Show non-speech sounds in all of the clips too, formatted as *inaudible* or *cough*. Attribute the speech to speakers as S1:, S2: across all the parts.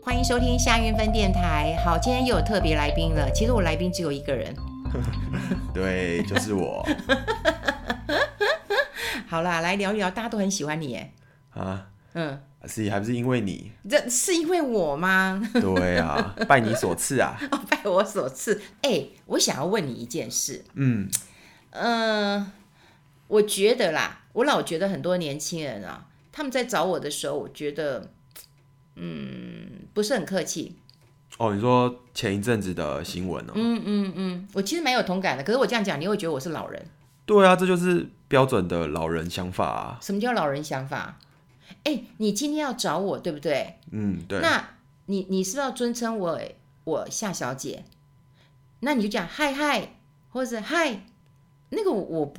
S1: 欢迎收听夏运分电台。好，今天又有特别来宾了。其实我来宾只有一个人。
S2: 对，就是我
S1: 好啦，来聊一聊，大家都很喜欢你耶。
S2: 啊，
S1: 嗯，
S2: 是还不是因为你？
S1: 这是因为我吗？ *laughs* 哦
S2: 对啊，拜你所赐啊。
S1: 拜我所赐。哎、我想要问你一件事。
S2: 嗯，
S1: 嗯、我觉得啦，我老觉得很多年轻人啊，他们在找我的时候，我觉得，嗯，不是很客气。
S2: 哦，你说前一阵子的新闻哦、
S1: 嗯，我其实蛮有同感的。可是我这样讲，你会觉得我是老人。
S2: 对啊，这就是标准的老人想法啊。
S1: 什么叫老人想法？哎、你今天要找我，对不对？
S2: 嗯，对，
S1: 那你你是不是要尊称我我夏小姐？那你就讲嗨嗨，或者是嗨，那个我我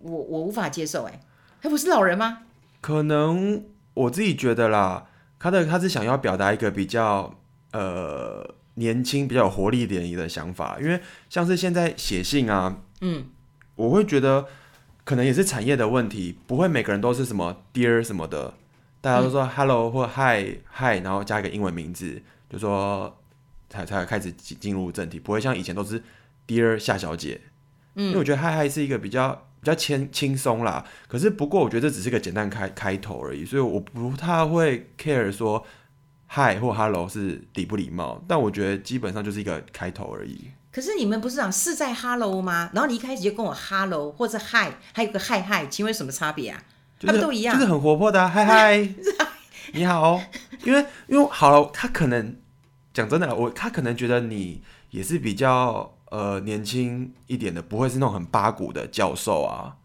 S1: 我我无法接受哎、哎，我是老人吗？
S2: 可能我自己觉得啦，他的他是想要表达一个比较呃年轻、比较有活力一点的想法，因为像是现在写信啊，
S1: 嗯，
S2: 我会觉得可能也是产业的问题，不会每个人都是什么 dear 什么的，大家都说 hello 或 hi hi，然后加一个英文名字，就说才才开始进进入正题，不会像以前都是 dear 夏小姐，嗯，因为我觉得 hi hi 是一个比较比较轻轻松啦，可是不过我觉得这只是个简单开开头而已，所以我不太会 care 说。嗨或 hello 是礼不礼貌，但我觉得基本上就是一个开头而已。
S1: 可是你们不是讲是在 hello 吗？然后你一开始就跟我 hello 或者嗨，还有个嗨嗨，请问有什么差别啊？
S2: 就是、
S1: 他们都一样
S2: 就是很活
S1: *laughs*
S2: 泼的、啊，嗨嗨，你好。因为因为好了，他可能讲真的啦，我他可能觉得你也是比较呃年轻一点的，不会是那种很八股的教授啊。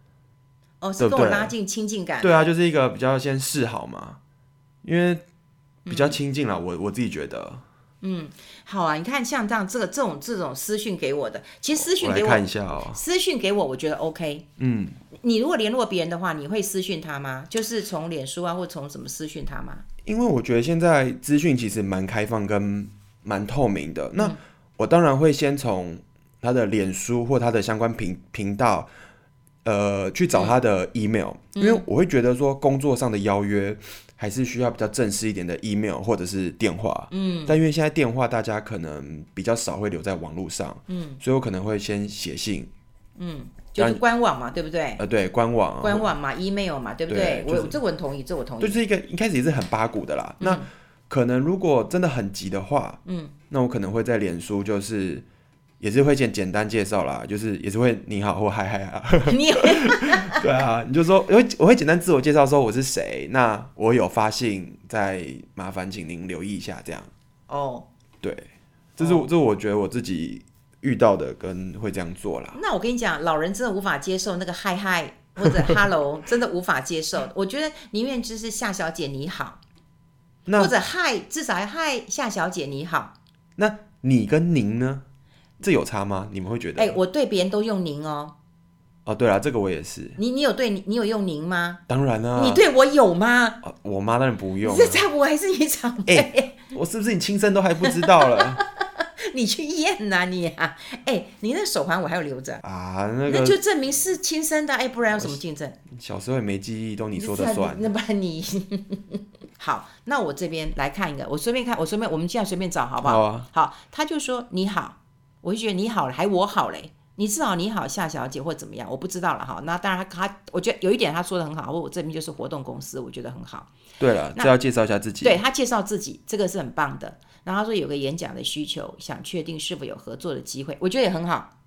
S1: 哦，是
S2: 对不
S1: 跟我
S2: 对
S1: 拉近亲近感。
S2: 对啊，就是一个比较先示好嘛，因为
S1: 嗯
S2: 比较亲近了、我我自己觉得。
S1: 好啊，你看像这样这个这种这种私讯给我的，其实私讯
S2: 我来
S1: 给我
S2: 看一下哦、
S1: 私讯给我，我觉得 OK。
S2: 嗯，
S1: 你如果联络别人的话，你会私讯他吗？就是从脸书啊，或从什么私讯他吗？
S2: 因为我觉得现在资讯其实蛮开放跟蛮透明的。那我当然会先从他的脸书或他的相关频频道，呃，去找他的 email，、因为我会觉得说工作上的邀约还是需要比较正式一点的 email 或者是电话。嗯，但因为现在电话大家可能比较少会留在网络上，嗯，所以我可能会先写信，
S1: 就是官网嘛，对不对？
S2: 呃，对，官网、啊，
S1: 官网嘛，email 嘛，对不对？
S2: 对就是
S1: 我这我很同意，这我同
S2: 就
S1: 意。嗯
S2: 是一个一开始也是很八股的啦。那可能如果真的很急的话，嗯，那我可能会在脸书就是也是会简简单介绍啦，就是也是会你好或嗨嗨啊， *laughs*
S1: *laughs* 你也
S2: 对啊，你就说我会我会简单自我介绍说我是谁，那我有发信，再麻烦请您留意一下，这样
S1: 哦，
S2: 对，这是、这是我觉得我自己遇到的跟会这样做啦。
S1: 那我跟你讲，老人真的无法接受那个嗨嗨或者 hello，真的无法接受。我觉得宁愿就是夏小姐你好，
S2: 那
S1: 或者嗨，至少要嗨夏小姐你好。
S2: 那你跟您呢？这有差吗？你们会觉得？
S1: 哎、我对别人都用您哦，
S2: 哦，对了，这个我也是，
S1: 你你有对你你有用您吗？
S2: 当然啦、
S1: 你对我有吗？
S2: 啊，我妈当然不用、
S1: 你
S2: 啊
S1: 是。在我还是你长辈？
S2: 哎我是不是你亲生都还不知道
S1: *laughs*
S2: 了
S1: 你去验呐、你啊！哎、你那手环我还有留着，
S2: 啊？那
S1: 那
S2: 个
S1: 就证明是亲生的啊，哎、不然有什么竞争？
S2: 小时候也没记忆，都你说的
S1: 那
S2: 算。
S1: 那不然你 *laughs* 好，那我这边来看一个，我随便看，我随便，我们现在随便找好不好？
S2: 好啊，
S1: 好，他就说你好，我就觉得你好了，还我好嘞。你至少你好夏小姐或怎么样，我不知道了哈。那当然他他，我觉得有一点他说的很好，我我这边就是活动公司，我觉得很好。
S2: 对了，
S1: 那
S2: 这要介绍一下自己。
S1: 对他介绍自己，这个是很棒的。然后他说有个演讲的需求，想确定是否有合作的机会，我觉得也很好。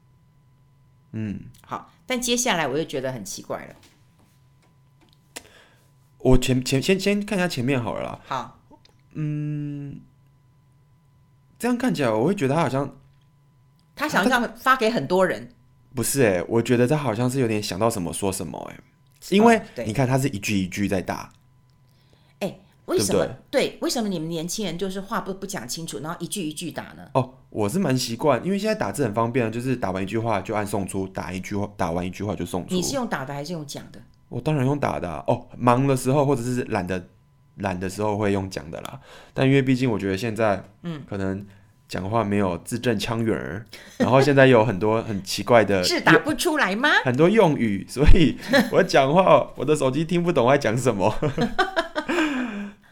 S1: 嗯，好。但接下来我又觉得很奇怪了。
S2: 我前前先先看一下前面好了啦。
S1: 好，
S2: 这样看起来，我会觉得他好像
S1: 他想要发给很多人，
S2: 不是哎、我觉得他好像是有点想到什么说什么哎、因
S1: 哦
S2: 为
S1: 对
S2: 你看他是一句一句在打，
S1: 哎为什么
S2: 对不
S1: 对？为什么你们年轻人就是话不不讲清楚，然后一句一句打呢？
S2: 哦，我是蛮习惯，因为现在打字很方便，啊就是打完一句话就按送出，打一句话打完一句话就送出。
S1: 你是用打的还是用讲的？
S2: 我当然用打的啊、哦，忙的时候或者是懒得懒的时候会用讲的啦。但因为毕竟我觉得现在，嗯，可能讲话没有字正腔圆儿，然后现在有很多很奇怪
S1: *laughs*
S2: 的
S1: 是打不出来吗？
S2: 很多用语，所以我讲话我的手 *laughs* 机听不懂我在讲什么。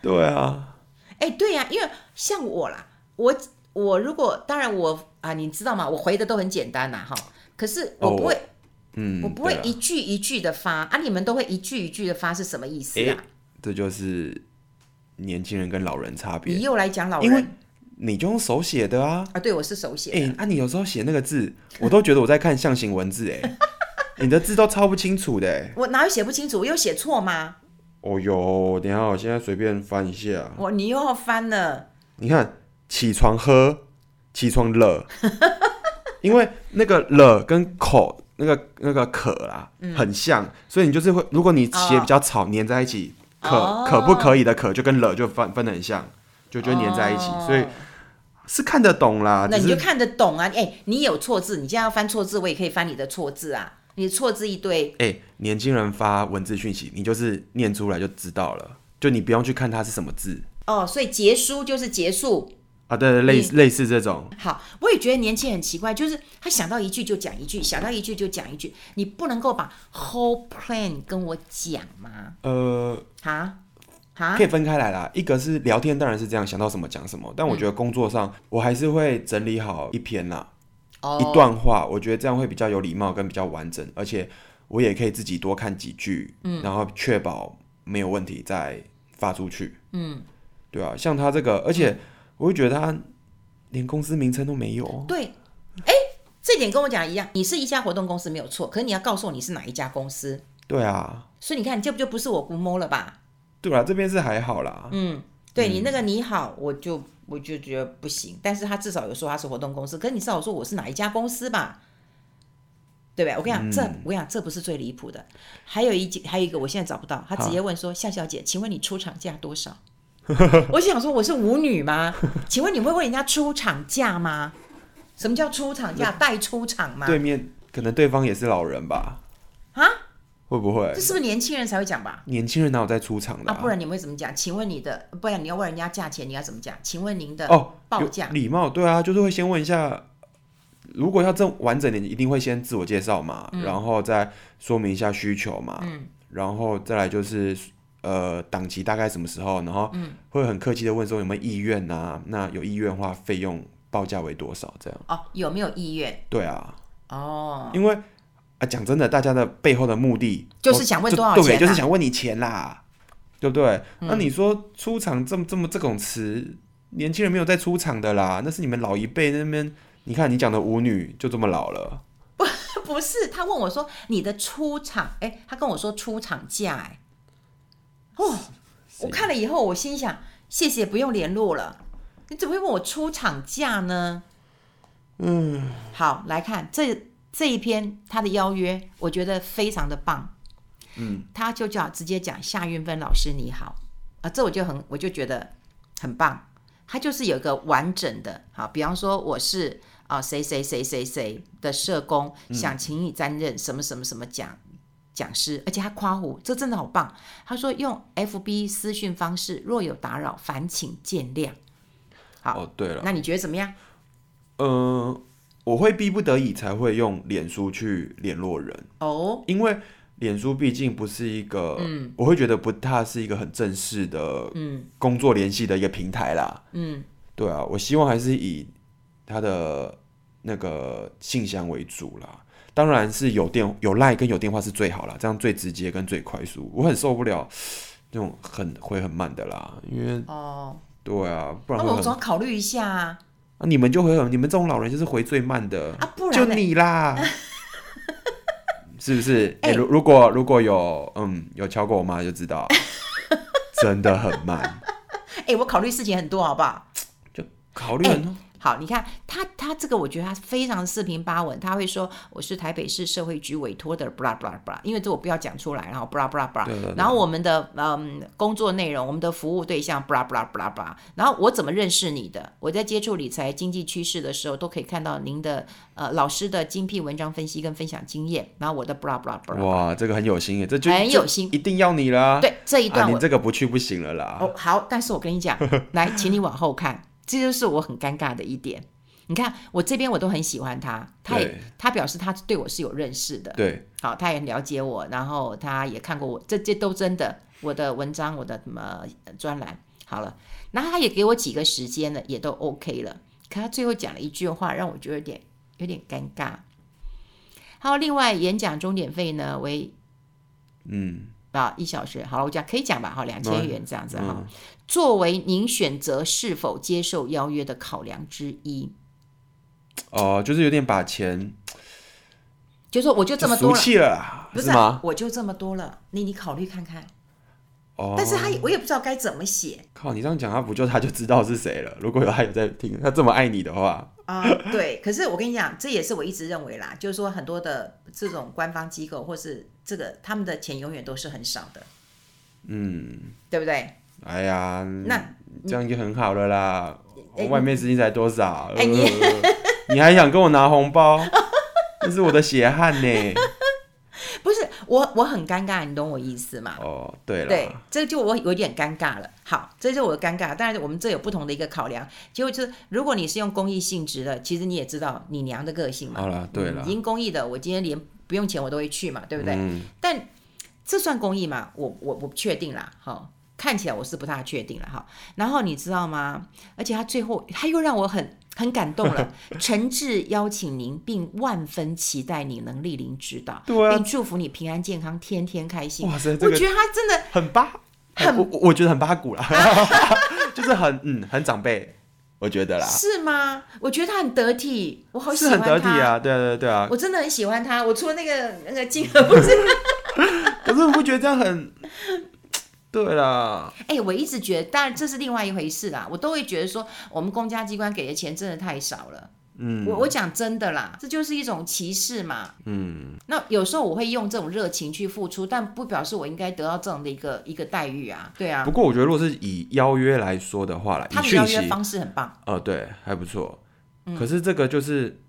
S2: 对啊，
S1: 哎，对呀、因为像我啦，我我如果当然我啊，你知道吗？我回的都很简单呐、哈。可是我不会，
S2: 嗯，
S1: 我不会
S2: 对啊
S1: 一句一句的发啊，你们都会一句一句的发是什么意思啊？
S2: 这就是年轻人跟老人差
S1: 你
S2: 别。
S1: 又来讲老
S2: 因为
S1: 人
S2: 你就用手写的啊，
S1: 啊？对，我是手写
S2: 哎、
S1: 的。
S2: 啊，你有时候写那个字，我都觉得我在看象形文字哎、你的字都超不清楚的哎、
S1: 我哪有写不清楚？我有写错吗？
S2: 哦哟，等一下我现在随便翻一下，
S1: 我你又要翻了，
S2: 你看起床喝，起床了， *laughs* 因为那个了跟口那个那个可啦、
S1: 嗯
S2: 很像，所以你就是会，如果你写比较吵，粘在一起，可、
S1: 哦
S2: 可不可以的可就跟了就分分的很像，就就会粘在一起，
S1: 哦
S2: 所以是看得懂啦，
S1: 那
S2: 只
S1: 你就是看得懂啊？哎、你有错字，你现在要翻错字，我也可以翻你的错字啊。你的错字一堆，
S2: 哎、年轻人发文字讯息，你就是念出来就知道了，就你不用去看它是什么字
S1: 哦，所以结束就是结束。
S2: 啊，对对，类似类似这种，
S1: 好，我也觉得年轻人很奇怪，就是他想到一句就讲一句，想到一句就讲一句，你不能够把 whole plan 跟我讲吗？
S2: 呃，
S1: 啊啊
S2: 可，以分开来啦。一个是聊天，当然是这样想到什么讲什么，但我觉得工作上我还是会整理好一篇啦，一
S1: 哦，
S2: 段话，我觉得这样会比较有礼貌跟比较完整，而且我也可以自己多看几句，嗯，然后确保没有问题再发出去，嗯，对啊，像他这个，而且我会觉得他连公司名称都没有哦，
S1: 对，哎、这点跟我讲的一样，你是一家活动公司没有错，可是你要告诉我你是哪一家公司，
S2: 对啊，
S1: 所以你看这不就不是我估摸了吧？
S2: 对啊，这边是还好啦，
S1: 嗯，对你那个你好，我就我就觉得不行。但是他至少有说他是活动公司，可是你至少说我是哪一家公司吧，对不对？我跟你讲，这我跟你讲，这不是最离谱的。还有一集还有一个，我现在找不到，他直接问说：“夏小姐，请问你出厂价多少？” *laughs* 我想说我是舞女吗？请问你会问人家出厂价吗？什么叫出厂价？代出厂吗？
S2: 对面可能对方也是老人吧，
S1: 啊，
S2: 会不会
S1: 这是不是年轻人才会讲吧？
S2: 年轻人哪有在出场的、
S1: 啊，不然你们会怎么讲？请问你的，不然你要问人家价钱，你要怎么讲？请问您的
S2: 哦，
S1: 报
S2: 有
S1: 价
S2: 礼貌，对啊，就是会先问一下，如果要正完整点，你一定会先自我介绍嘛，
S1: 嗯
S2: 然后再说明一下需求嘛，然后再来就是呃档期大概什么时候，然后
S1: 嗯
S2: 会很客气的问说有没有意愿呐、那有意愿的话，费用报价为多少？这样，
S1: 哦，有没有意愿？
S2: 对啊，
S1: 哦， *laughs*
S2: 因为啊讲真的，大家的背后的目的哦
S1: 就是想问
S2: 就
S1: 多少
S2: 对，
S1: 钱啊嗯
S2: 就是
S1: 啦
S2: 想问你钱啦，对不对？那你说出场这么这么这种词，年轻人没有在出场的啦，那是你们老一辈那边。你看你讲的舞女就这么老了，
S1: 不是，他问我说你的出场，哎、他跟我说出场价、哎，哦，我看了以后，我心想，谢谢，不用联络了。你怎么会问我出场价呢？嗯，好，来看这这一篇他的邀约，我觉得非常的棒。嗯，他就叫直接讲夏运芬老师你好啊，这我就很我就觉得很棒。他就是有一个完整的，好，比方说我是啊、谁谁谁谁谁的社工，
S2: 嗯
S1: 想请你担任什么什么什么讲讲师，而且他夸我，这真的好棒。他说用 FB 私讯方式，若有打扰，烦请见谅。好
S2: 哦，对了，
S1: 那你觉得怎么样？
S2: 嗯、我会逼不得已才会用脸书去联络人，
S1: 哦，
S2: 因为脸书毕竟不是一个，我会觉得不太是一个很正式的
S1: 嗯
S2: 工作联系的一个平台啦。
S1: 嗯，
S2: 对啊，我希望还是以他的那个信箱为主啦。当然是有电有赖跟有电话是最好啦，这样最直接跟最快速。我很受不了那种很回很慢的啦，因为
S1: 哦，
S2: 对啊，不然
S1: 那
S2: 会
S1: 我
S2: 很、
S1: 总要考虑一下啊，
S2: 啊、你们就回很，你们这种老人就是回最慢的
S1: 啊不然
S2: 就
S1: 嘞 *laughs*
S2: 你啦，是不是？哎、
S1: 哎
S2: 如、如果如果有嗯有敲过我妈就
S1: *laughs*
S2: 知道，真的很慢，
S1: 哎，我考虑事情很多，好不好？
S2: 考虑很多。
S1: 好，你看他他这个，我觉得他非常四平八稳，他会说我是台北市社会局委托的，blah blah blah，因为这我不要讲出来，然后 blah blah blah，
S2: 对对对
S1: 然后我们的嗯工作内容，我们的服务对象 blah blah blah blah，然后我怎么认识你的？我在接触理财经济趋势的时候，都可以看到您的呃老师的精辟文章分析跟分享经验，然后我的 blah blah blah，
S2: 哇，这个很有心耶，这就
S1: 哎很有
S2: 这
S1: 心
S2: 一定要你啦。
S1: 对这一
S2: 啊，
S1: 段
S2: 你
S1: 我
S2: 这个不去不行了啦。
S1: 哦，好，但是我跟你
S2: *laughs*
S1: 讲，来，请你往后看，这就是我很尴尬的一点。你看，我这边我都很喜欢他，他也
S2: 对
S1: 他表示他对我是有认识的，
S2: 对，
S1: 好，他也很了解我，然后他也看过我，这这都真的，我的文章，我的什么呃专栏。好了，然后他也给我几个时间了，也都 OK 了。可他最后讲了一句话，让我觉得有点有点尴尬。还有另外演讲终点费呢为
S2: 嗯，
S1: 啊一小时，好了，我讲可以讲吧，好两千元这样子哈、
S2: 嗯
S1: 作为您选择是否接受邀约的考量之一。
S2: 哦、就是有点把钱
S1: 就说我就这么
S2: 俗
S1: 多了，
S2: 气了啦，
S1: 不
S2: 是
S1: 啊
S2: 吗？
S1: 我就这么多了，你你考虑看看。
S2: 哦，
S1: 但是他也我也不知道该怎么写
S2: 靠，你这样讲，他不就他就知道是谁了？如果有他有在听，他这么爱你的话， *laughs*
S1: 啊、对，可是我跟你讲，这也是我一直认为啦，就是说很多的这种官方机构或是这个他们的钱永远都是很少的，
S2: 嗯，
S1: 对不对？
S2: 哎呀，
S1: 那
S2: 这样就很好了啦。
S1: 哎
S2: 我外面资金才多少？
S1: 哎你 *laughs*
S2: 呃你还想跟我拿红包？这是我的血汗
S1: *laughs*
S2: 呢。
S1: 不是我我很尴尬，你懂我意思吗？
S2: 哦，对
S1: 对
S2: 了，，
S1: 这就我有点尴尬了。好，这就是我的尴尬。当然，我们这有不同的一个考量。结果就是，如果你是用公益性质的，其实你也知道你娘的个性嘛。嗯
S2: 好了，对了
S1: 已，经公益的，我今天连不用钱我都会去嘛，对不对？
S2: 嗯，
S1: 但这算公益吗？我我我不确定啦，哈、看起来我是不大确定了哈。然后你知道吗？而且他最后他又让我很很感动
S2: *laughs*
S1: 了，诚挚邀请您，并万分期待你能莅临指导，
S2: 对啊
S1: 并祝福你平安健康，天天开心。
S2: 哇塞，这
S1: 我
S2: 个
S1: 觉得他真的
S2: 很八，
S1: 很
S2: 我我我觉得很八股
S1: *laughs*
S2: 啦， *laughs* 就是很嗯很长辈，我觉得啦，
S1: 是吗？我觉得他很得体，我好喜
S2: 是
S1: 欢
S2: 很
S1: 他。
S2: 得体啊，对啊对啊对啊。
S1: 我真的很喜欢他，我除了那个那个金额不是 *laughs*
S2: 可是我不觉得这样很，对啦，
S1: 哎、我一直觉得，当然这是另外一回事啦。我都会觉得说，我们公家机关给的钱真的太少了。
S2: 嗯
S1: 我我讲真的啦，这就是一种歧视嘛。
S2: 嗯，
S1: 那有时候我会用这种热情去付出，但不表示我应该得到这样的一个一个待遇啊。对啊
S2: 不，过我觉得如果是以邀约来说的话啦，以
S1: 他的
S2: 讯
S1: 邀约
S2: 息，
S1: 方式很棒。
S2: 呃，对，还不错。可是这个就是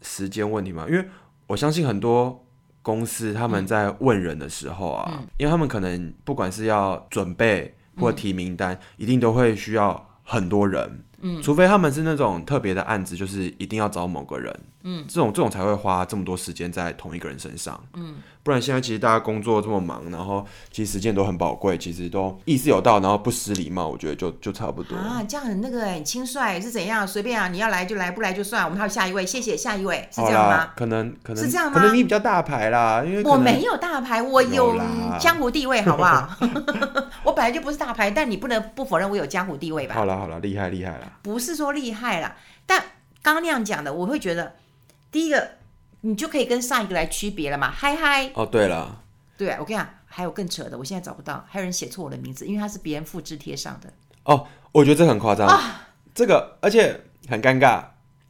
S2: 时间问题嘛，因为我相信很多公司他们在问人的时候啊，因为他们可能不管是要准备或提名单，一定都会需要很多人。嗯，除非他们是那种特别的案子，就是一定要找某个人，嗯，这种这种才会花这么多时间在同一个人身上，嗯，不然现在其实大家工作这么忙，然后其实时间都很宝贵，其实都意识有道，然后不失礼貌，我觉得就就差不多。嗯
S1: 啊，这样很那个哎、很轻率是怎样？随便啊，你要来就来，不来就算。我们还有下一位，谢谢下一位，是这样
S2: 好
S1: 吗
S2: 啦？？可能可能
S1: 是这样吗
S2: 可能你比较大牌啦，因为可
S1: 我
S2: 能
S1: 没有大牌，我
S2: 有
S1: 有
S2: 啦
S1: 江湖地位，好不
S2: *laughs*
S1: 好？ *laughs* 我本来就不是大牌，但你不能不否认我有江湖地位吧？
S2: 好啦好啦，厉害厉害啦，
S1: 不是说厉害啦，但刚刚那样讲的，我会觉得，第一个你就可以跟上一个来区别了嘛，嗨嗨，
S2: 哦对了，
S1: 对啊我跟你讲，还有更扯的，我现在找不到，还有人写错我的名字，因为他是别人复制贴上的，
S2: 哦，我觉得这很夸张，这个而且很尴尬，而
S1: 哦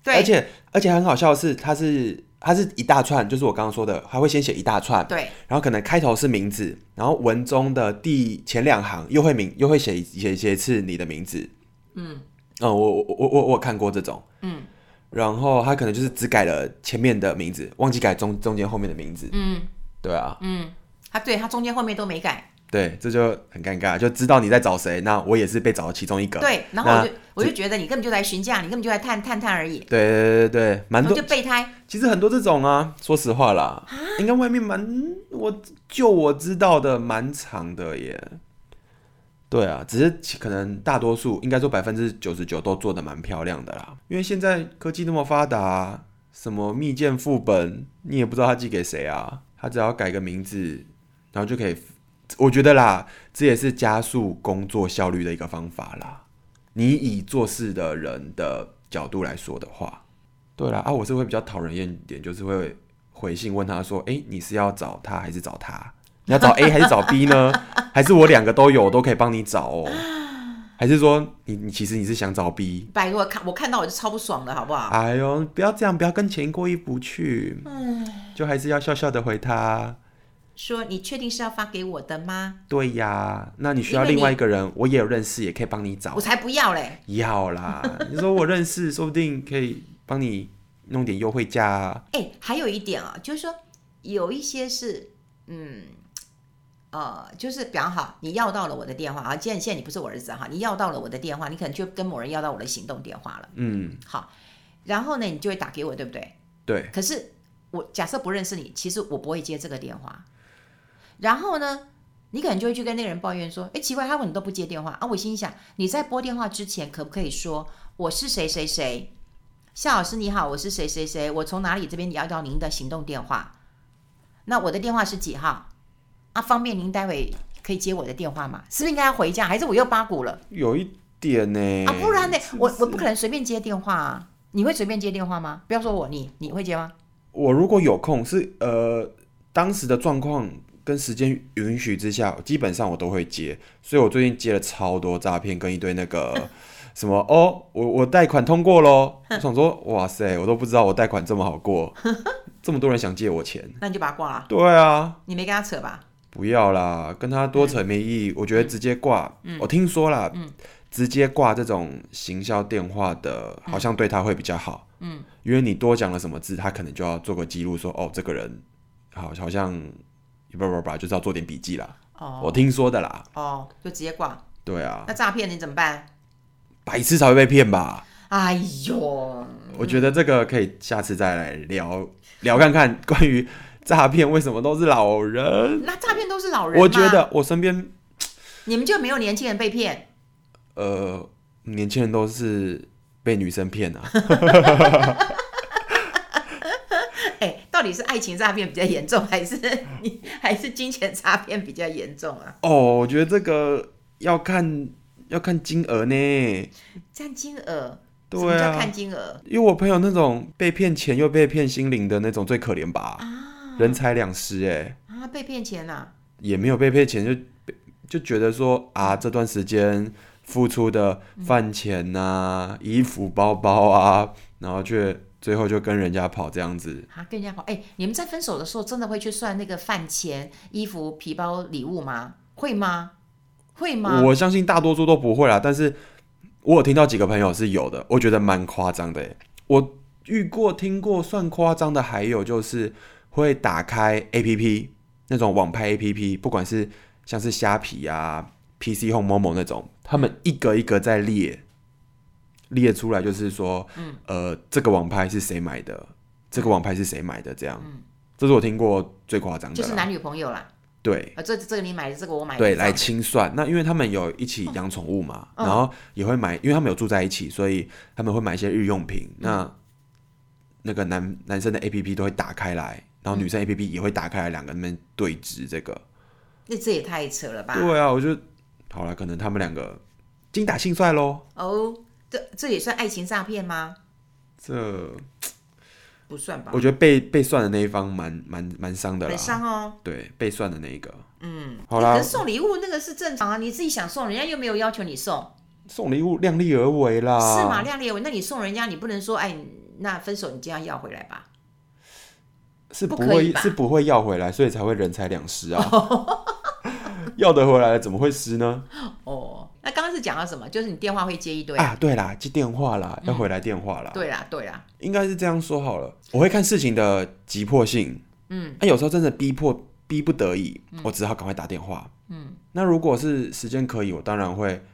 S1: 对
S2: 且而且很好笑的是，它是它是一大串，就是我刚刚说的，还会先写一大串，
S1: 对，
S2: 然后可能开头是名字，然后文中的第前两行又会名又会写写写一次你的名字，嗯，哦、我我我我我有看过这种，嗯，然后他可能就是只改了前面的名字，忘记改中中间后面的名字，嗯，对啊，
S1: 他对他中间后面都没改，
S2: 对，这就很尴尬，就知道你在找谁，那我也是被找的其中一个，
S1: 对，然后我就
S2: 那
S1: 我就觉得你根本就来询价，你根本就来探探探而已，
S2: 对对对对，蛮
S1: 然后
S2: 多
S1: 就备胎，
S2: 其实很多这种啊，说实话啦，应该外面蛮我就我知道的蛮长的耶。对啊，只是其可能大多数，应该说百分之九十九都做的蛮漂亮的啦。因为现在科技那么发达，什么密件副本，你也不知道他寄给谁啊，他只要改个名字，然后就可以。我觉得啦，这也是加速工作效率的一个方法啦。你以做事的人的角度来说的话，对啦，啊，我是会比较讨人厌一点，就是会回信问他说，哎、你是要找他还是找他？你要找 A 还是找 B 呢？ *laughs* 还是我两个都有，我都可以帮你找哦？还是说你你其实你是想找 B？
S1: 拜托看我看到我就超不爽的好不好？
S2: 哎呦，不要这样，不要跟钱过意不去，就还是要笑笑的回他。
S1: 说你确定是要发给我的吗？
S2: 对呀，那你需要
S1: 因为
S2: 另外
S1: 你
S2: 一个人，我也有认识，也可以帮你找
S1: 我。才不要嘞！
S2: 要啦，你说我认识，说不定可以帮你弄点优惠价、啊。
S1: 哎、还有一点啊，就是说有一些是，嗯，呃，就是比方好，你要到了我的电话啊，现在现在你不是我儿子哈，你要到了我的电话，你可能就跟某人要到我的行动电话了，
S2: 嗯，
S1: 好，然后呢，你就会打给我，对不对？
S2: 对，
S1: 可是我假设不认识你，其实我不会接这个电话，然后呢，你可能就会去跟那个人抱怨说：“哎，奇怪，他为什么都不接电话啊？”我心想，你在拨电话之前，可不可以说我是谁谁谁？夏老师你好，我是谁谁谁，我从哪里这边要到您的行动电话？那我的电话是几号？啊，方便您待会可以接我的电话吗？是不是应该要回家？还是我又八股了？
S2: 有一点呢、
S1: 啊，不然呢？我我不可能随便接电话啊！你会随便接电话吗？不要说我，你你会接吗？
S2: 我如果有空是呃当时的状况跟时间允许之下，基本上我都会接，所以我最近接了超多诈骗跟一堆那个
S1: *laughs*
S2: 什么哦，我我贷款通过喽，我想说哇塞，我都不知道我贷款这么好
S1: *laughs*
S2: 过，这么多人想借我钱，
S1: 那你就把它挂了，
S2: 对啊，
S1: 你没跟他扯吧？
S2: 不要啦，跟他多扯没
S1: 嗯
S2: 意义，我觉得直接挂，我听说啦，直接挂这种行销电话的，好像对他会比较好，嗯，因为你多讲了什么字，他可能就要做个记录，说哦，这个人好好像不不不，就是要做点笔记啦，
S1: 哦
S2: 我听说的啦，
S1: 哦，就直接挂。
S2: 对啊，
S1: 那诈骗你怎么办？
S2: 白痴才会被骗吧？
S1: 哎呦，
S2: 我觉得这个可以下次再来聊聊看看关于诈骗为什么都是老人，
S1: 那诈骗都是老人嘛，
S2: 我觉得我身边
S1: 你们就没有年轻人被骗。
S2: 呃，年轻人都是被女生骗啊， *laughs*
S1: 哎，到底是爱情诈骗比较严重，还是 *laughs* 你还是金钱诈骗比较严重啊？
S2: 哦，我觉得这个要看要看金额呢，
S1: 占金额，什么
S2: 对
S1: 叫
S2: 啊
S1: 看，金额
S2: 因为我朋友那种被骗钱又被骗心灵的那种最可怜吧，
S1: 啊
S2: 人财两失哎、
S1: 啊？被骗钱啊？
S2: 也没有被骗钱就被就觉得说啊这段时间付出的饭钱呐、衣服、包包啊，然后却最后就跟人家跑这样子，
S1: 啊，跟人家跑哎、你们在分手的时候真的会去算那个饭钱、衣服、皮包、礼物吗？会吗？会吗？
S2: 我相信大多数都不会啦，但是我有听到几个朋友是有的，我觉得蛮夸张的耶。我遇过、听过算夸张的，还有就是会打开 APP 那种网拍 APP，不管是像是虾皮啊、PC Home、某某那种，他们一个一个在列列出来，就是说，
S1: 嗯
S2: 呃，这个网拍是谁买的，这个网拍是谁买的，这样，这是我听过最夸张的
S1: 嗯就
S2: 啦，
S1: 是男女朋友啦，
S2: 对。
S1: 啊，这这个你买的，这个我买的，
S2: 对，
S1: 这样
S2: 来清算。那因为他们有一起养宠物嘛，
S1: 嗯
S2: 然后也会买，因为他们有住在一起，所以他们会买一些日用品。
S1: 嗯
S2: 那那个男男生的 A P P 都会打开来，然
S1: 嗯
S2: 后女生 A P P 也会打开来，两个人在那边对峙这个。
S1: 那这也太扯了吧？
S2: 对啊，我就好了，可能他们两个精打细算喽。
S1: 哦，这这也算爱情诈骗吗？
S2: 这
S1: 不算吧
S2: 我，觉得被被算的那一方蛮蛮蛮伤的啦
S1: 很，伤哦。对
S2: 对，被算的那一个。
S1: 嗯，
S2: 好啦
S1: 可是送礼物那个是正常啊，你自己想送，人家又没有要求你送，
S2: 送礼物量力而为啦，
S1: 是吗？亮烈文，那你送人家，你不能说哎，那分手你就要要回来吧？
S2: 是
S1: 不
S2: 不
S1: 可以
S2: 会
S1: 吧
S2: 是不会要回来，所以才会人财两失啊。 *laughs* 要得回来了，怎么会失呢？
S1: 哦，那刚刚是讲到什么？就是你电话会接一堆啊
S2: 啊，对啦，接电话啦，要回来电话啦。
S1: 嗯对啦，对啦，
S2: 应该是这样说好了。我会看事情的急迫性，嗯，那、有时候真的逼迫逼不得已，
S1: 嗯
S2: 我只好赶快打电话，嗯。那如果是时间可以，我当然会，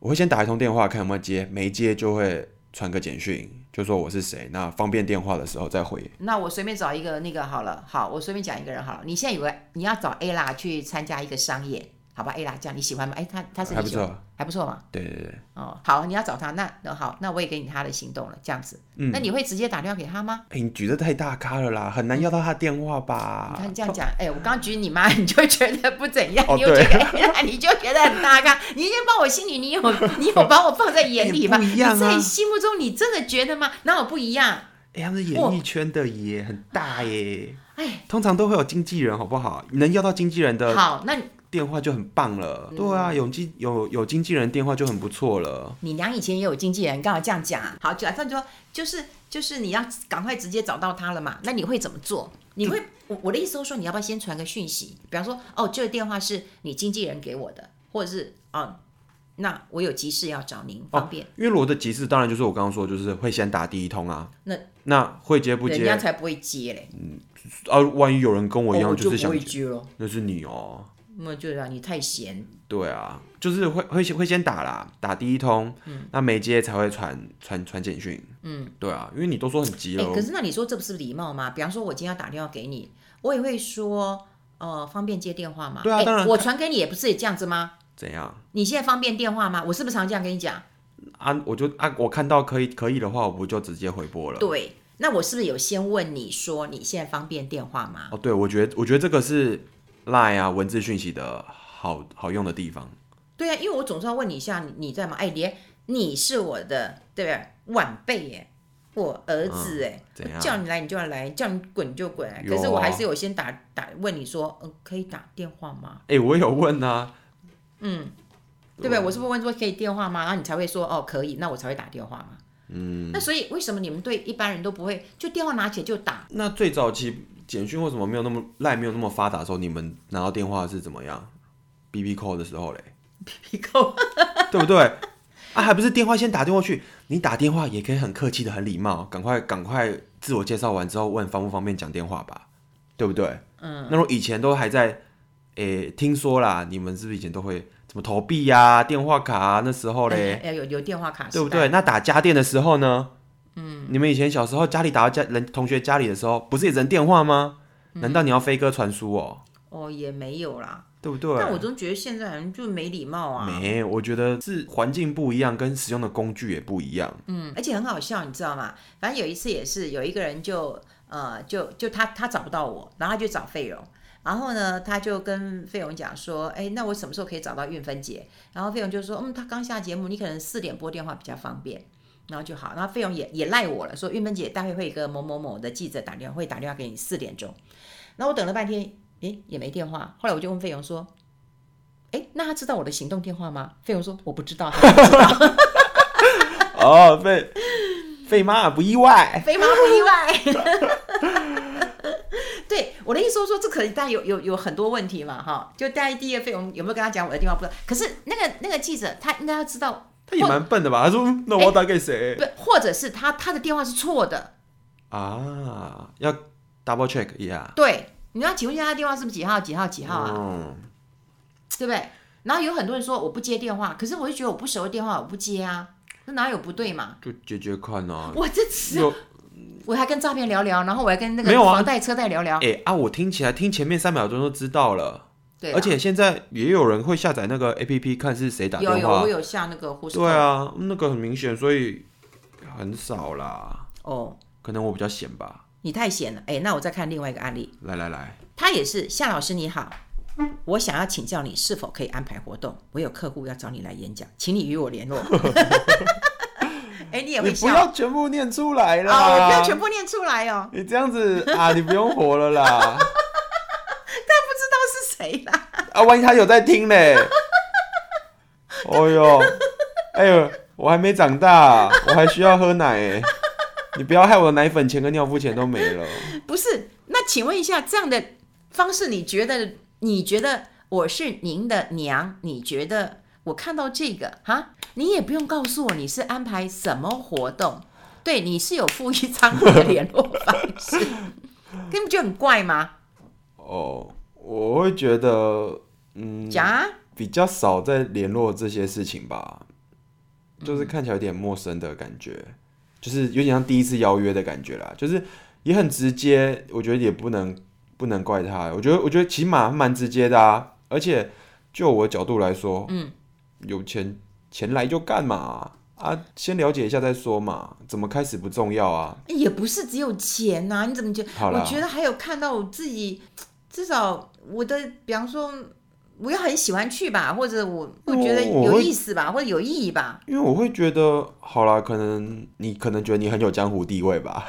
S2: 我会先打一通电话看有没有接，没接就会传个简讯，就说我是谁，那方便电话的时候再回。
S1: 那我随便找一个那个好了，好，我随便讲一个人好了。你现在有个你要找 A 啦去参加一个商演，好吧？A 啦，这样你喜欢吗？哎，他他是
S2: 还
S1: 你
S2: 不
S1: 喜欢，
S2: 错，
S1: 还不错嘛。
S2: 对对对，
S1: 哦，好，你要找他，那那好，那我也给你他的行动了，这样子。
S2: 嗯
S1: 那你会直接打电话给他吗？
S2: 哎、你举的太大咖了啦，很难要到他电话吧？
S1: 你看这样讲，哎、我刚刚举你妈， *laughs* 你就觉得不怎样，
S2: 哦
S1: 你又觉得 A 啦， *laughs* 你就觉得很大咖，你已经把我心里，你
S2: *laughs*
S1: 有你有把我放在眼里吧？
S2: 哎不一样啊
S1: 你在你心目中，你真的觉得吗？哪有不一样？
S2: 哎、他们是演艺圈的耶，很大耶。
S1: 哎，
S2: 通常都会有经纪人，好不好？能要到经纪人的
S1: 好，那嗯你
S2: 电话就很棒了。对啊，有经有有经纪人电话就很不错了。
S1: 你娘以前也有经纪人，刚好这样讲啊。好，假设你说就是就是你要赶快直接找到他了嘛，那你会怎么做？你会我我的意思是说，你要不要先传个讯息？比方说，哦，这个电话是你经纪人给我的，或者是哦，那我有急事要找您，方便。
S2: 因为我的急事当然就是我刚刚说，就是会先打第一通啊。
S1: 那
S2: 那会接不
S1: 人家
S2: 接
S1: 才不会接嘞，
S2: 啊？万一有人跟我一
S1: 哦
S2: 样，
S1: 就是不
S2: 想
S1: 会
S2: 接
S1: 接咯。
S2: 那是你哦。
S1: 那就是啊，你太闲，
S2: 对啊，就是会会先会先打啦，打第一通，
S1: 嗯
S2: 那没接才会传传传简讯。嗯，对啊，因为你都说很急
S1: 哎、
S2: 了，
S1: 可是那你说这不是礼貌吗？比方说，我今天要打电话给你，我也会说，呃方便接电话吗？
S2: 对啊
S1: 哎
S2: 当然
S1: 我传给你也不是也这样子吗？
S2: 怎样
S1: 你现在方便电话吗？我是不是常这样跟你讲？
S2: 啊？我就啊，我看到可以可以的话，我不就直接回拨了？
S1: 对，那我是不是有先问你说你现在方便电话吗？
S2: 哦，对，我觉得我觉得这个是 Line 啊文字讯息的好好用的地方。
S1: 对啊，因为我总是要问你一下，你你在吗？哎，连你是我的对不对晚辈耶，我儿子哎、
S2: 嗯怎样
S1: 叫你来你就要来，叫你滚你就滚。
S2: 有
S1: 可是我还
S2: 啊
S1: 是有先打打问你说，嗯、可以打电话吗？
S2: 哎、我有问啊，
S1: 对不对？我是不是问说可以电话吗？然后你才会说哦可以，那我才会打电话嘛。嗯，那所以为什么你们对一般人都不会就电话拿起来就打？
S2: 那最早期简讯为什么没有那么 Line 没有那么发达的时候，你们拿到电话是怎么样？BB call 的时候嘞，
S1: 一个
S2: 对不对？啊，还不是电话先打电话去，你打电话也可以很客气的、很礼貌，赶快赶快自我介绍完之后问方不方便讲电话吧，对不对？嗯，那种以前都还在，诶、听说啦，你们是不是以前都会怎么投币呀、电话卡啊？那时候嘞，
S1: 哎有有电话卡
S2: 对不
S1: 时代？
S2: 对？那打家电的时候呢？嗯，你们以前小时候家里打到家人同学家里的时候，不是也只能电话吗？难道你要飞鸽传书哦？
S1: 哦也没有啦。
S2: 对不对？
S1: 但我总觉得现在人就没礼貌啊。
S2: 没，我觉得是环境不一样，跟使用的工具也不一样。
S1: 嗯，而且很好笑，你知道吗？反正有一次也是有一个人就呃就就他他找不到我，然后他就找费荣，然后呢他就跟费荣讲说，哎，那我什么时候可以找到运芬姐？然后费荣就说，嗯，他刚下节目，你可能四点拨电话比较方便。然后就好，然后费荣也也赖我了，说运芬姐待会会有一个某某某的记者打电话会打电话给你四点钟，然后我等了半天，诶也没电话，后来我就问费荣说，诶，那他知道我的行动电话吗？费荣说我不知道，他不知道。
S2: 哦，费费妈不意外。
S1: 肥猫不意外。 *laughs* 对我的意思说说，这可能大家有有有很多问题嘛，哈，就大家第一个费用有没有跟他讲我的电话不知道，可是那个那个记者他应该要知道，
S2: 他也蛮笨的吧？他说：“嗯那我要打给谁、
S1: *laughs* 不，或者是他他的电话是错的，
S2: 啊？要 double check 一下。
S1: 对，你要请问一下他的电话是不是几号几号几号啊，
S2: 嗯，
S1: 对不对？然后有很多人说我不接电话，可是我就觉得我不熟的电话我不接啊，那哪有不对嘛？
S2: 就解决看啊。
S1: 我这次
S2: 有
S1: 我还跟诈骗聊聊，然后我还跟那个
S2: 没有啊
S1: 房贷车贷聊聊，
S2: 哎、啊，我听起来听前面三秒钟就知道了。
S1: 对啊，
S2: 而且现在也有人会下载那个 A P P 看是谁打电
S1: 有
S2: 话。
S1: 有我有下那个护士
S2: 对啊，那个很明显，所以很少啦。
S1: 哦。
S2: 可能我比较闲吧。
S1: 你太闲了，哎，那我再看另外一个案例，
S2: 来来来，
S1: 他也是夏老师你好，我想要请教你是否可以安排活动，我有客户要找你来演讲，请你与我
S2: *laughs*
S1: 联络。 *laughs* 哎，你也
S2: 你
S1: 会
S2: 不
S1: 笑啊、
S2: 要全部念出来啦。
S1: 哦？我不要全部念出来哦， *laughs*
S2: 你这样子啊，你不用活了啦。
S1: 不知道是谁啦。
S2: 啊，万一他有在听嘞。哦呦，哎呦，我还没长大，我还需要喝奶哎。你不要害我的奶粉钱跟尿布钱都没了。
S1: 不是，那请问一下，这样的方式，你觉得？你觉得我是您的娘？你觉得我看到这个哈，你也不用告诉我你是安排什么活动，对，你是有附一张我的联络方
S2: *laughs*
S1: 式，根本就很怪吗？
S2: 哦，我会觉得，嗯，
S1: 讲啊，
S2: 比较少在联络这些事情吧，
S1: 嗯
S2: 就是看起来有点陌生的感觉，就是有点像第一次邀约的感觉啦，就是也很直接，我觉得也不能不能怪他，我觉得我觉得起码蛮直接的啊，而且就我的角度来说，嗯，有钱钱来就干嘛啊，先了解一下再说嘛，怎么开始不重要啊，
S1: 哎也不是只有钱呐、你怎么觉得？
S2: 好啦
S1: 我觉得还有看到我自己，至少我的，比方说，我要很喜欢去吧，或者我我觉得
S2: 我
S1: 有
S2: 会
S1: 意思吧，或者有意义吧。
S2: 因为我会觉得，好啦，可能你可能觉得你很有江湖地位
S1: *laughs*
S2: 吧， *laughs*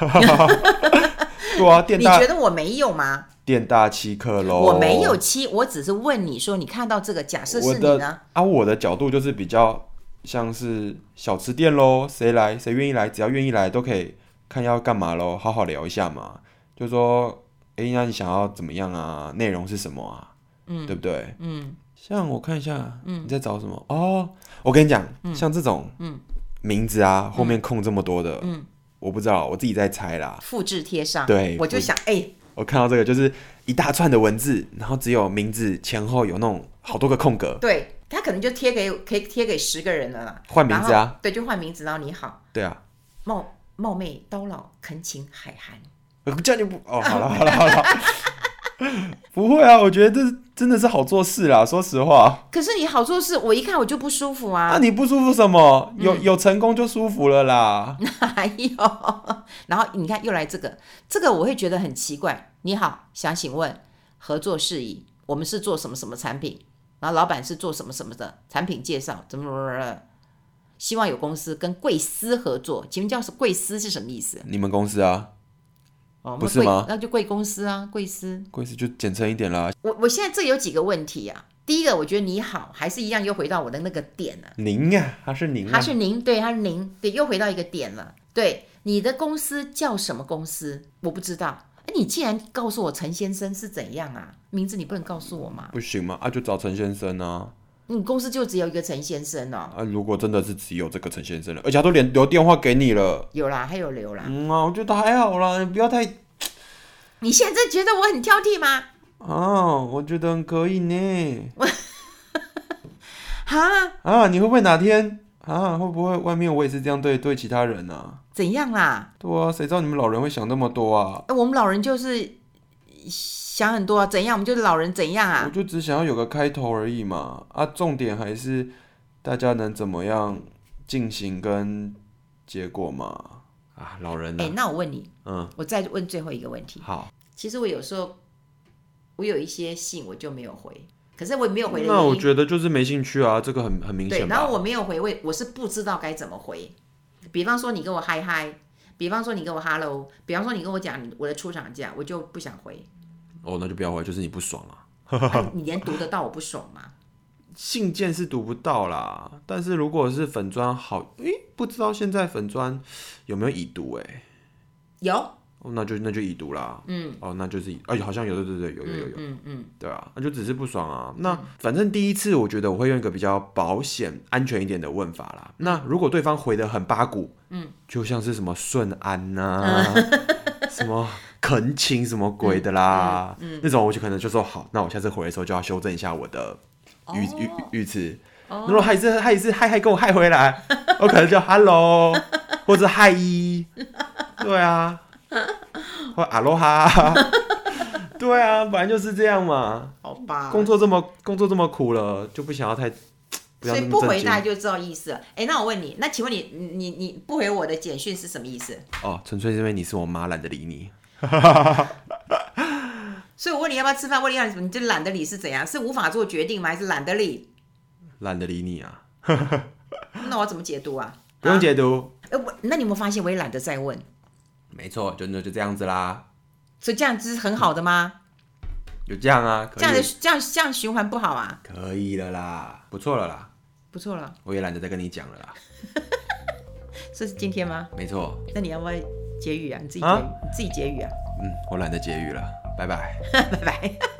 S2: 对啊，店
S1: 你
S2: 大哦
S1: 觉得我没有吗？
S2: 店大欺客喽。
S1: 我没有七，我只是问你说，你看到这个，假设
S2: 我
S1: 是你呢
S2: 的？啊，我的角度就是比较像是小吃店喽，谁来谁愿意来，只要愿意来都可以看要干嘛喽，好好聊一下嘛。就说，哎、那你想要怎么样啊？内容是什么啊？嗯，对不对？嗯，像我看一下，嗯，你在找什么？哦，我跟你讲，像这种，嗯，名字啊，后面空这么多的，嗯，我不知道，我自己在猜啦。
S1: 复制贴上，
S2: 对
S1: 我就
S2: 复制
S1: 想，哎、
S2: 我看到这个就是一大串的文字，然后只有名字前后有那种好多个空格。
S1: 对他可能就贴给可以贴给十个人了啦，
S2: 换名字啊
S1: 然后，对，就换名字，然后你好，
S2: 对啊，
S1: 冒冒昧叨扰，恳请海涵，
S2: *laughs* 呃叫你不哦，好了好了好了， *laughs* 不会啊，我觉得这真的是好做事啦。说实话，
S1: 可是你好做事，我一看我就不舒服
S2: 那、
S1: 啊，嗯
S2: 你不舒服什么？有有成功就舒服了啦。
S1: 哪有？然后你看又来这个，这个我会觉得很奇怪。你好，想请问合作事宜，我们是做什么什么产品，然后老板是做什么什么的产品介绍，怎么怎么怎么的，希望有公司跟贵司合作，请问叫是贵司是什么意思？
S2: 你们公司啊，
S1: 哦，
S2: 不
S1: 那
S2: 是
S1: 贵
S2: 吗
S1: 那就贵公司啊，贵司。
S2: 贵司就简称一点啦。
S1: 我我现在这有几个问题啊。第一个，我觉得你好，还是一样又回到我的那个点了、
S2: 您啊，他是您啊
S1: 他，是您，对，他是您，对，又回到一个点了。对，你的公司叫什么公司？我不知道。哎，你既然告诉我陈先生是怎样啊，名字你不能告诉我吗？
S2: 不行吗？啊，就找陈先生啊。
S1: 你公司就只有一个陈先生哦。
S2: 啊，如果真的是只有这个陈先生了，而且他都连留电话给你了。
S1: 有啦，还有刘啦。
S2: 嗯啊，我觉得还好啦，你不要太
S1: 你现在觉得我很挑剔吗？
S2: 啊，我觉得很可以呢。
S1: 哈，
S2: 啊，你会不会哪天啊，会不会外面我也是这样对对其他人啊？
S1: 怎样啦？
S2: 对啊，谁知道你们老人会想那么多啊？
S1: 哎，我们老人就是想很多啊，怎样我们就是老人怎样
S2: 我
S1: 啊？
S2: 就只想要有个开头而已嘛。啊，重点还是大家能怎么样进行跟结果嘛。啊，老人
S1: 哎，
S2: 啊，
S1: 那我问你，
S2: 嗯，
S1: 我再问最后一个问题。
S2: 好，
S1: 其实我有时候我有一些信我就没有回，可是我也没有回的
S2: 那我
S1: 原因。
S2: 觉得就是没兴趣啊，这个很很明
S1: 对，
S2: 显
S1: 然
S2: 吧
S1: 后。我没有回，我也我是不知道该怎么回。比方说你跟我嗨嗨，比方说你跟我 hello，比方说你跟我讲我的出厂价，我就不想
S2: *laughs*
S1: 回。
S2: 哦，那就不要回，就是你不爽啊。
S1: 啊你连读得到我不爽吗？
S2: 信件是读不到啦，但是如果是粉砖好，诶、不知道现在粉砖有没有已读、欸？
S1: 有，
S2: 哦，那就那就已读啦。嗯，哦，那就是已，哎，好像有，对对对，有有有有，
S1: 嗯嗯，
S2: 对啊，那就只是不爽啊。那、反正第一次，我觉得我会用一个比较保险、安全一点的问法啦。那如果对方回的很八股，嗯，就像是什么顺安呐、 *laughs* 什么恳请什么鬼的啦，嗯那种我就可能就说好，那我下次回的时候就要修正一下我的语语语词。如果他一次他一次嗨嗨跟我嗨回来， *laughs* 我可能就 *laughs* hello 或者嗨一，对啊，或阿罗哈，对啊，反正就是这样嘛。
S1: 好吧。
S2: 工作这么工作这么苦了，就不想要太不要
S1: 啊所
S2: 那
S1: 以
S2: 么
S1: 不
S2: 震
S1: 回
S2: 惊
S1: 答就知道意思了。哎，那我问你，那请问你你你你不回我的简讯是什么意思？
S2: 哦，纯粹是因为你是我妈懒得理你。
S1: 所以我问你要不要吃饭，问你要你什么，你就懒得理是怎样？是无法做决定吗？还是懒得理？
S2: 懒得理你啊，
S1: 那我要怎么解读啊？
S2: 不用解读。
S1: 哎、我那你有没有发现我也懒得再问？
S2: 没错，就就就这样子啦，
S1: 所以这样子是很好的吗？
S2: 就这样啊，
S1: 这
S2: 可
S1: 样的
S2: 以
S1: 这样这样循环不好啊？
S2: 可以了啦，不错了啦，
S1: 不错了，
S2: 我也懒得再跟你讲了啦。
S1: 这是今天吗？
S2: 没错，
S1: 那你要不要结语啊？你自己结语， *laughs*
S2: 啊
S1: 你自己结语啊？
S2: 嗯，我懒得结语了，拜拜。
S1: 拜拜。